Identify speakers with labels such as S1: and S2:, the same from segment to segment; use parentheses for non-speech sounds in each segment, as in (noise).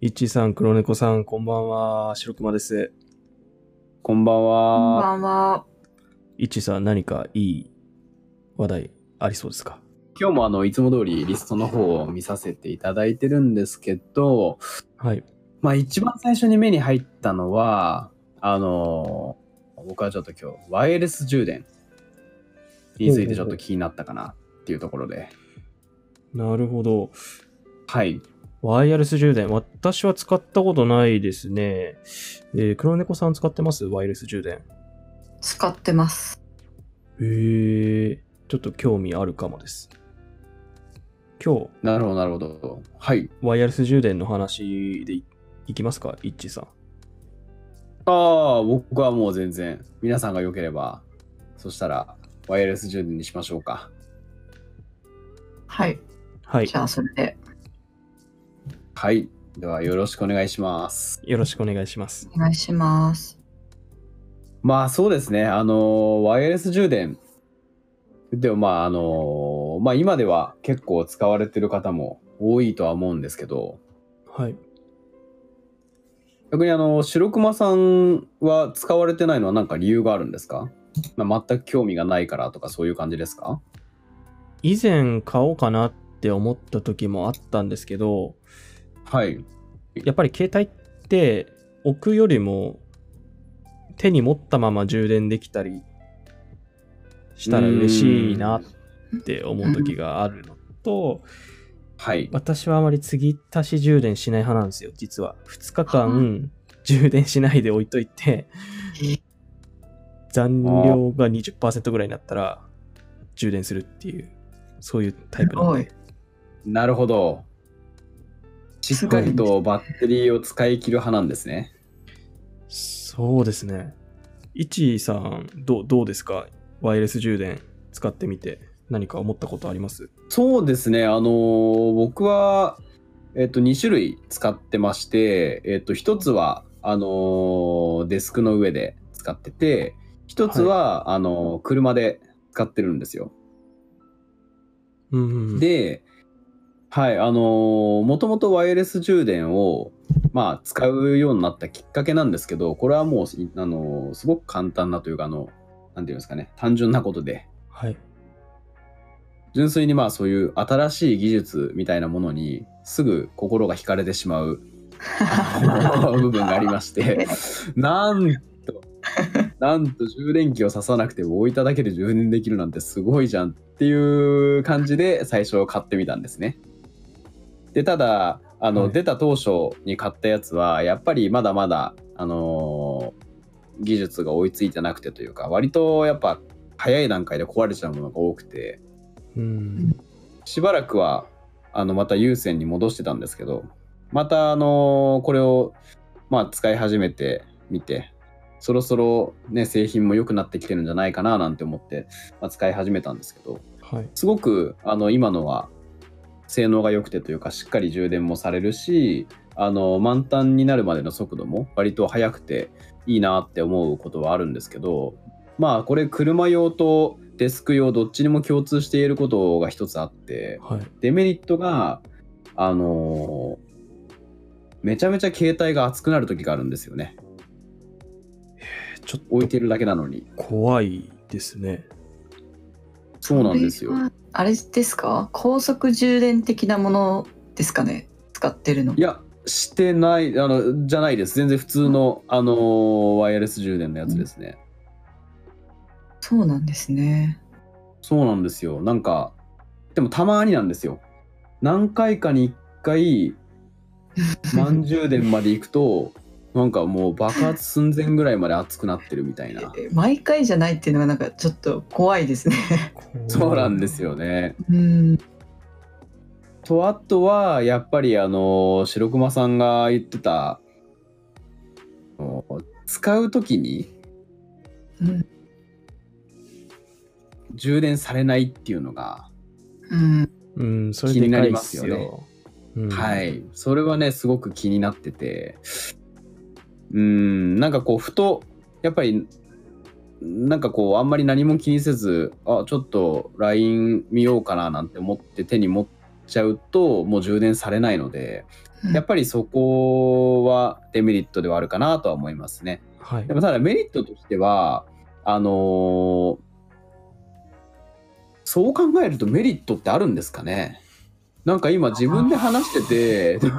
S1: いっちーさん、黒猫さん、こんばんは。白熊です。
S2: こんばん
S3: こんば
S2: は。
S3: んは。
S1: いっちーさん、何かいい話題ありそうですか
S2: 今日もあの、いつも通りリストの方を見させていただいてるんですけど、
S1: はい。
S2: まあ一番最初に目に入ったのは、あのー僕はちょっと今日、ワイヤレス充電についてちょっと気になったかなっていうところで、
S1: なるほど。
S2: はい。
S1: ワイヤレス充電。私は使ったことないですね。えー、黒猫さん使ってますワイヤレス充電。
S3: 使ってます。
S1: へえ、ちょっと興味あるかもです。今日、
S2: なるほど、なるほど。はい。
S1: ワイヤレス充電の話でいいきますかいっちーさん。
S2: ああ、僕はもう全然、皆さんが良ければ、そしたら、ワイヤレス充電にしましょうか。
S3: はい。
S1: はい
S3: じ。ゃあ、それで
S2: はい。では、よろしくお願いします。
S1: よろしくお願いします。
S3: お願いします。
S2: まあそうですね、あのーワイヤレス充電、でもまあ、あのーまあ今では結構使われてる方も多いとは思うんですけど、
S1: はい。
S2: 逆にあの、白熊さんは使われてないのは何か理由があるんですか、まあ、全く興味がないからとかそういう感じですか
S1: 以前買おうかなって思った時もあったんですけど、
S2: はい。
S1: やっぱり携帯って置くよりも手に持ったまま充電できたりしたら嬉しいなって思う時があるのと、
S2: はい。
S1: 私はあまり継ぎ足し充電しない派なんですよ、実は。2日
S3: は
S1: 間充電しないで置いといて、残量が20%ぐらいになったら充電するっていう、そういうタイプなの
S3: お
S1: で
S3: い。。
S2: なるほど。しっかりとバッテリーを使い切る派なんですね。
S1: そうですね。いちさん、どうどうですかワイヤレス充電使ってみて何か思ったことあります
S2: そうですね、あのー僕は、えっと、2種類使ってまして、えっと、1つはあのーデスクの上で使ってて、1つは、あのー車で使ってるんですよ。
S1: うんうん。、
S2: で、はい、あのー、もともとワイヤレス充電を、まあ、使うようになったきっかけなんですけど、これはもう、いあのーすごく簡単なというか、あの、なんていうんですかね、単純なことで、
S1: はい。
S2: 純粋にまあそういう新しい技術みたいなものにすぐ心が惹かれてしまう (laughs) 部分があり
S1: (laughs)
S2: ましてなんとなんと充電器を挿さなくても置いただけで充電できるなんてすごいじゃんっていう感じで最初買ってみたんですね。でただあの、
S1: はい
S2: 出た当初に買ったやつはやっぱりまだまだあのー技術が追いついてなくてというか割とやっぱ早い段階で壊れちゃうものが多くて。
S1: うん。
S2: しばらくはあのまた有線に戻してたんですけどまたあのこれをまあ使い始めてみてそろそろね製品も良くなってきてるんじゃないかななんて思って、まあ、使い始めたんですけど
S1: はい。
S2: すごくあの今のは性能が良くてというかしっかり充電もされるしあの満タンになるまでの速度も割と速くていいなって思うことはあるんですけどまあこれ車用とデスク用どっちにも共通していることが一つあって
S1: はい。
S2: デメリットがあのーめちゃめちゃ携帯が熱くなる時があるんですよね
S1: ちょ
S2: 置い
S1: って
S2: るだけなのに
S1: と怖いですね。
S2: そうなんですよ
S3: これはあれですか高速充電的なものですかね使ってるの。
S2: いや、してない、あの、じゃないです。全然普通の、あのーワイヤレス充電のやつですね。
S3: そうなんですね。
S2: そうなんですよ。なんか、でもたまになんですよ。何回かに1回、満充電まで行くと、なんかもう爆発寸前ぐらいまで熱くなってるみたい
S3: (laughs)
S2: な。
S3: 毎回じゃないっていうのがなんかちょっと怖い
S2: (laughs)
S3: ですね。
S2: そうなんですよね。
S3: うん。
S2: と、あとは、やっぱり、あのー白熊さんが言ってた、あのー使うときに、
S3: うん。
S2: 充電されないっていうのが
S3: うん。
S1: うん、それでかいっす
S2: 気になり
S1: よ。うん
S2: は。い、それはねすごく気になっててうーんなんかこうふとやっぱりなんかこうあんまり何も気にせずあちょっと LINE 見ようかななんて思って手に持っちゃうともう充電されないので
S3: うん
S2: やっぱりそこはデメリットではあるかなとは思いますね。
S1: はい
S2: で。もただメリットとしてはあのーそう考えるとメリットってあるんですかねなんか今自分で話してて (laughs)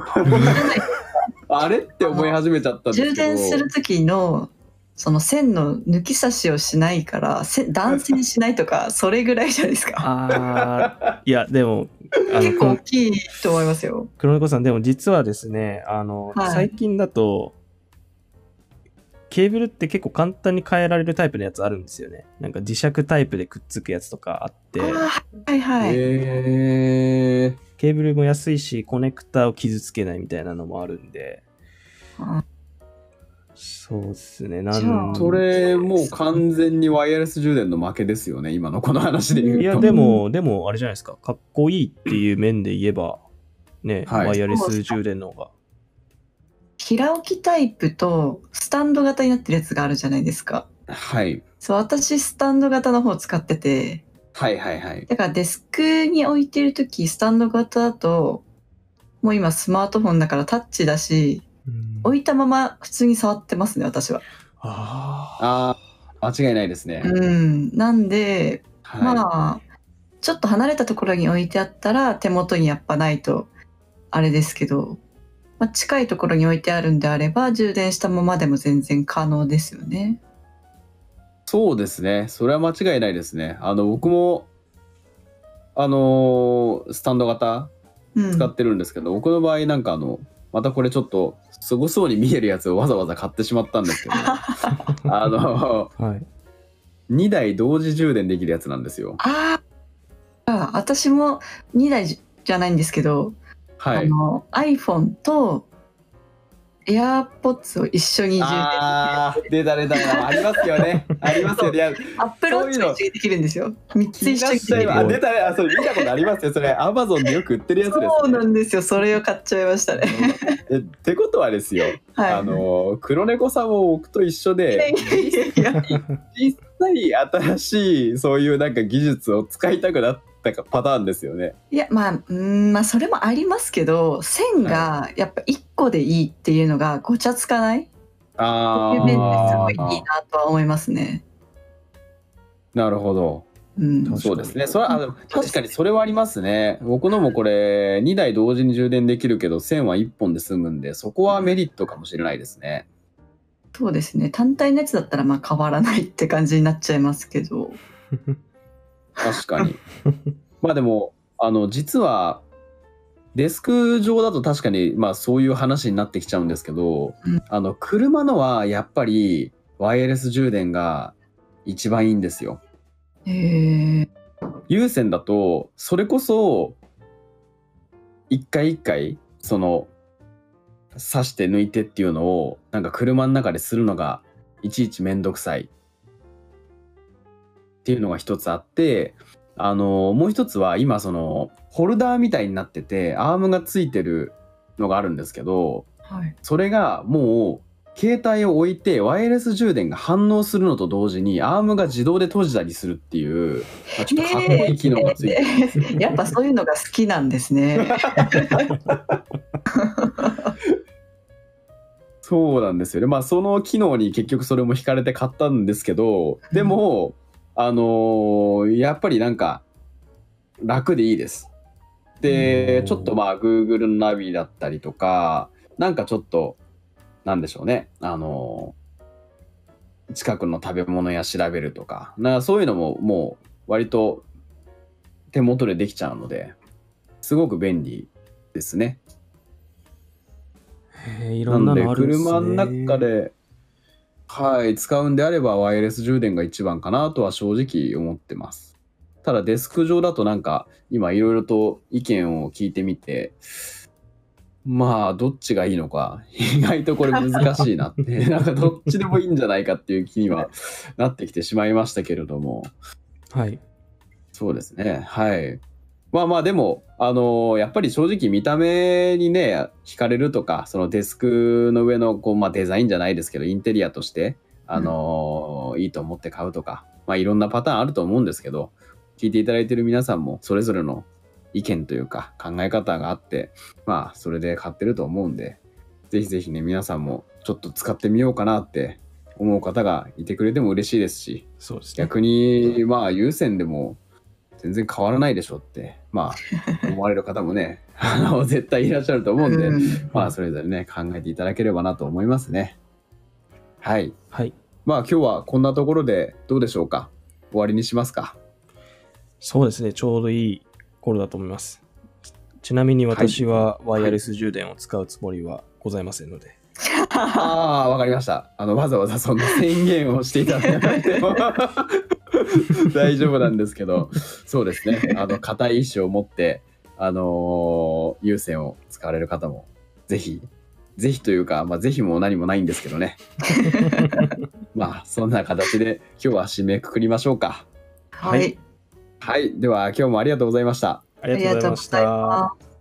S2: あれって思い始めちゃったんですけ
S3: 充
S2: ど
S3: 電する時のその線の抜き差しをしないからせ断線しないとかそれぐらいじゃないですか
S1: あー (laughs) いや、でも、あの
S3: 結構大きいと思いますよ
S1: 黒猫さん、でも実はですね、あの、
S3: はい
S1: 最近だと、ケーブルって結構簡単に変えられるタイプのやつあるんですよね。なんか磁石タイプでくっつくやつとかあって
S3: あ、ーはいはい、
S2: へー
S1: ケーブルも安いし、コネクタを傷つけないみたいなのもあるんで、
S3: うん
S1: そうですね、な
S3: じゃ
S1: ん
S3: あ
S2: それもう完全にワイヤレス充電の負けですよね今のこの話で言うと
S1: いや、でも、でも、あれじゃないですか、かっこいいっていう面で言えば、ね、
S2: はい
S1: ワイヤレス充電の方が。
S3: 平置きタイプとスタンド型になってるやつがあるじゃないですか
S2: はい
S3: そう私スタンド型の方を使ってて
S2: はいはいはい
S3: だからデスクに置いてるとき、スタンド型だと、もう今スマートフォンだからタッチだし、置いたまま普通に触ってますね、私は。
S1: ああ。
S2: あー間違いないですね、
S3: うん。なんで、
S2: はい、
S3: まあ、ちょっと離れたところに置いてあったら、手元にやっぱないと、あれですけど、まあ、近いところに置いてあるんであれば、充電したままでも全然可能ですよね。
S2: そうですね。それは間違いないですね。あの、僕も、あのースタンド型
S3: うん。
S2: 使ってるんですけど、僕の場合なんかあの、またこれちょっと、すごそうに見えるやつを (laughs) わざわざ買ってしまったんです
S3: (laughs)
S2: けど、あの (laughs)
S1: はい。
S2: 2台同時充電できるやつなんですよ。
S3: あーあ、私も2台じゃないんですけど、
S2: は
S3: あ
S2: い。
S3: の iPhone と AirPods を一緒に充電
S2: あー、出た出た。ありますよね。ありますよね。いや
S3: アップロー
S2: そう
S3: チ
S2: いう
S3: も
S2: の
S3: 一緒にできるんですよ3つ
S2: い
S3: 一
S2: らっ
S3: 緒にで
S2: しゃ
S3: き
S2: い
S3: る
S2: ますあ、出たね。あ、それ見たことありますよ。それ、Amazon でよく売ってるやつです、ね。
S3: そうなんですよそれを買っちゃいましたね
S2: えってことはですよ、
S3: はい
S2: あの黒猫さんを置くと一緒
S3: いや
S2: で
S3: いやいやいや
S2: 実際新しいそういうなんか技術を使いたくなったかパターンですよね。
S3: いやまあうーんまあそれもありますけど線がやっぱ1個でいいっていうのがごちゃつかない
S2: あ
S3: 不便ですごいいいなとは思いますね
S2: なるほど
S3: うん
S1: 確かに
S2: そうですねそれはあでも確かにそれはありますね僕のもこれ2台同時に充電できるけど線は1本で済むんでそこはメリットかもしれないですね。
S3: そうですね単体のやつだったらまあ変わらないって感じになっちゃいますけど
S2: 確かにまあでもあの実はデスク上だと確かに、まあ、そういう話になってきちゃうんですけど、
S3: うん
S2: あの車のはやっぱりワイヤレス充電が一番いいんですよ。
S3: へえ
S2: 有線だとそれこそ一回一回その刺して抜いてっていうのをなんか車の中でするのがいちいち面倒くさいっていうのが一つあってあのもう一つは今そのホルダーみたいになっててアームがついてるのがあるんですけど
S1: (laughs)
S3: はい
S2: それがもう携帯を置いてワイヤレス充電が反応するのと同時にアームが自動で閉じたりするっていう、まあちょっとかっこいい機能がついてるんですよ。
S3: やっぱそういうのが好きなんですね
S2: そうなんですよね。まあその機能に結局それも惹かれて買ったんですけど、でも、あのーやっぱりなんか楽でいいです。
S1: う
S2: で
S1: ん、
S2: ちょっとまあ Google のナビだったりとか、なんかちょっと、なんでしょうね。あのー近くの食べ物屋調べるとか、なそういうのももう割と手元でできちゃうので、すごく便利ですね。
S1: へえいろ
S2: なん
S1: な
S2: ので
S1: のあるんですね。
S2: 車の中で、はい、使うんであればワイヤレス充電が一番かなとは正直思ってます。ただデスク上だとなんか今いろいろと意見を聞いてみて、まあどっちがいいのか意外とこれ難しいなって、 (laughs) なんかどっちでもいいんじゃないかっていう気にはなってきてしまいましたけれども、
S1: はい。
S2: そうですね。はい。まあまあでも、あのーやっぱり正直見た目にね、惹かれるとか、そのデスクの上のこう、まあ、デザインじゃないですけど、インテリアとして、あのーいいと思って買うとか、まあいろんなパターンあると思うんですけど、聞いていただいてる皆さんも、それぞれの意見というか考え方があって、まあ、それで買ってると思うんで、ぜひぜひね、皆さんもちょっと使ってみようかなって思う方がいてくれても嬉しいですし、
S1: そうですね。
S2: 逆に、まあ、優先でも全然変わらないでしょって、ま (laughs) あ、思われる方もね、あの絶対いらっしゃると思うんで、
S3: うん
S2: まあ、それぞれね、考えていただければなと思いますね。はい。
S1: はい。
S2: まあ、今日はこんなところでどうでしょうか終わりにしますか
S1: そうですね。ちょうどいい頃だと思います。ちなみに私はワイヤレス充電を使うつもりはございませんので。
S2: ああ、わかりました。あの、わざわざそんな宣言をしていただかなくても大丈夫なんですけど、そうですね。あの、固い意志を持って、あのー優先を使われる方も、ぜひ、ぜひというか、まあ、ぜひも何もないんですけどね。まあ、そんな形で、今日は締めくくりましょうか。
S3: はい、
S2: はい。では、今日もありがとうございました。
S1: ありがとうございました。
S3: ありがとうございます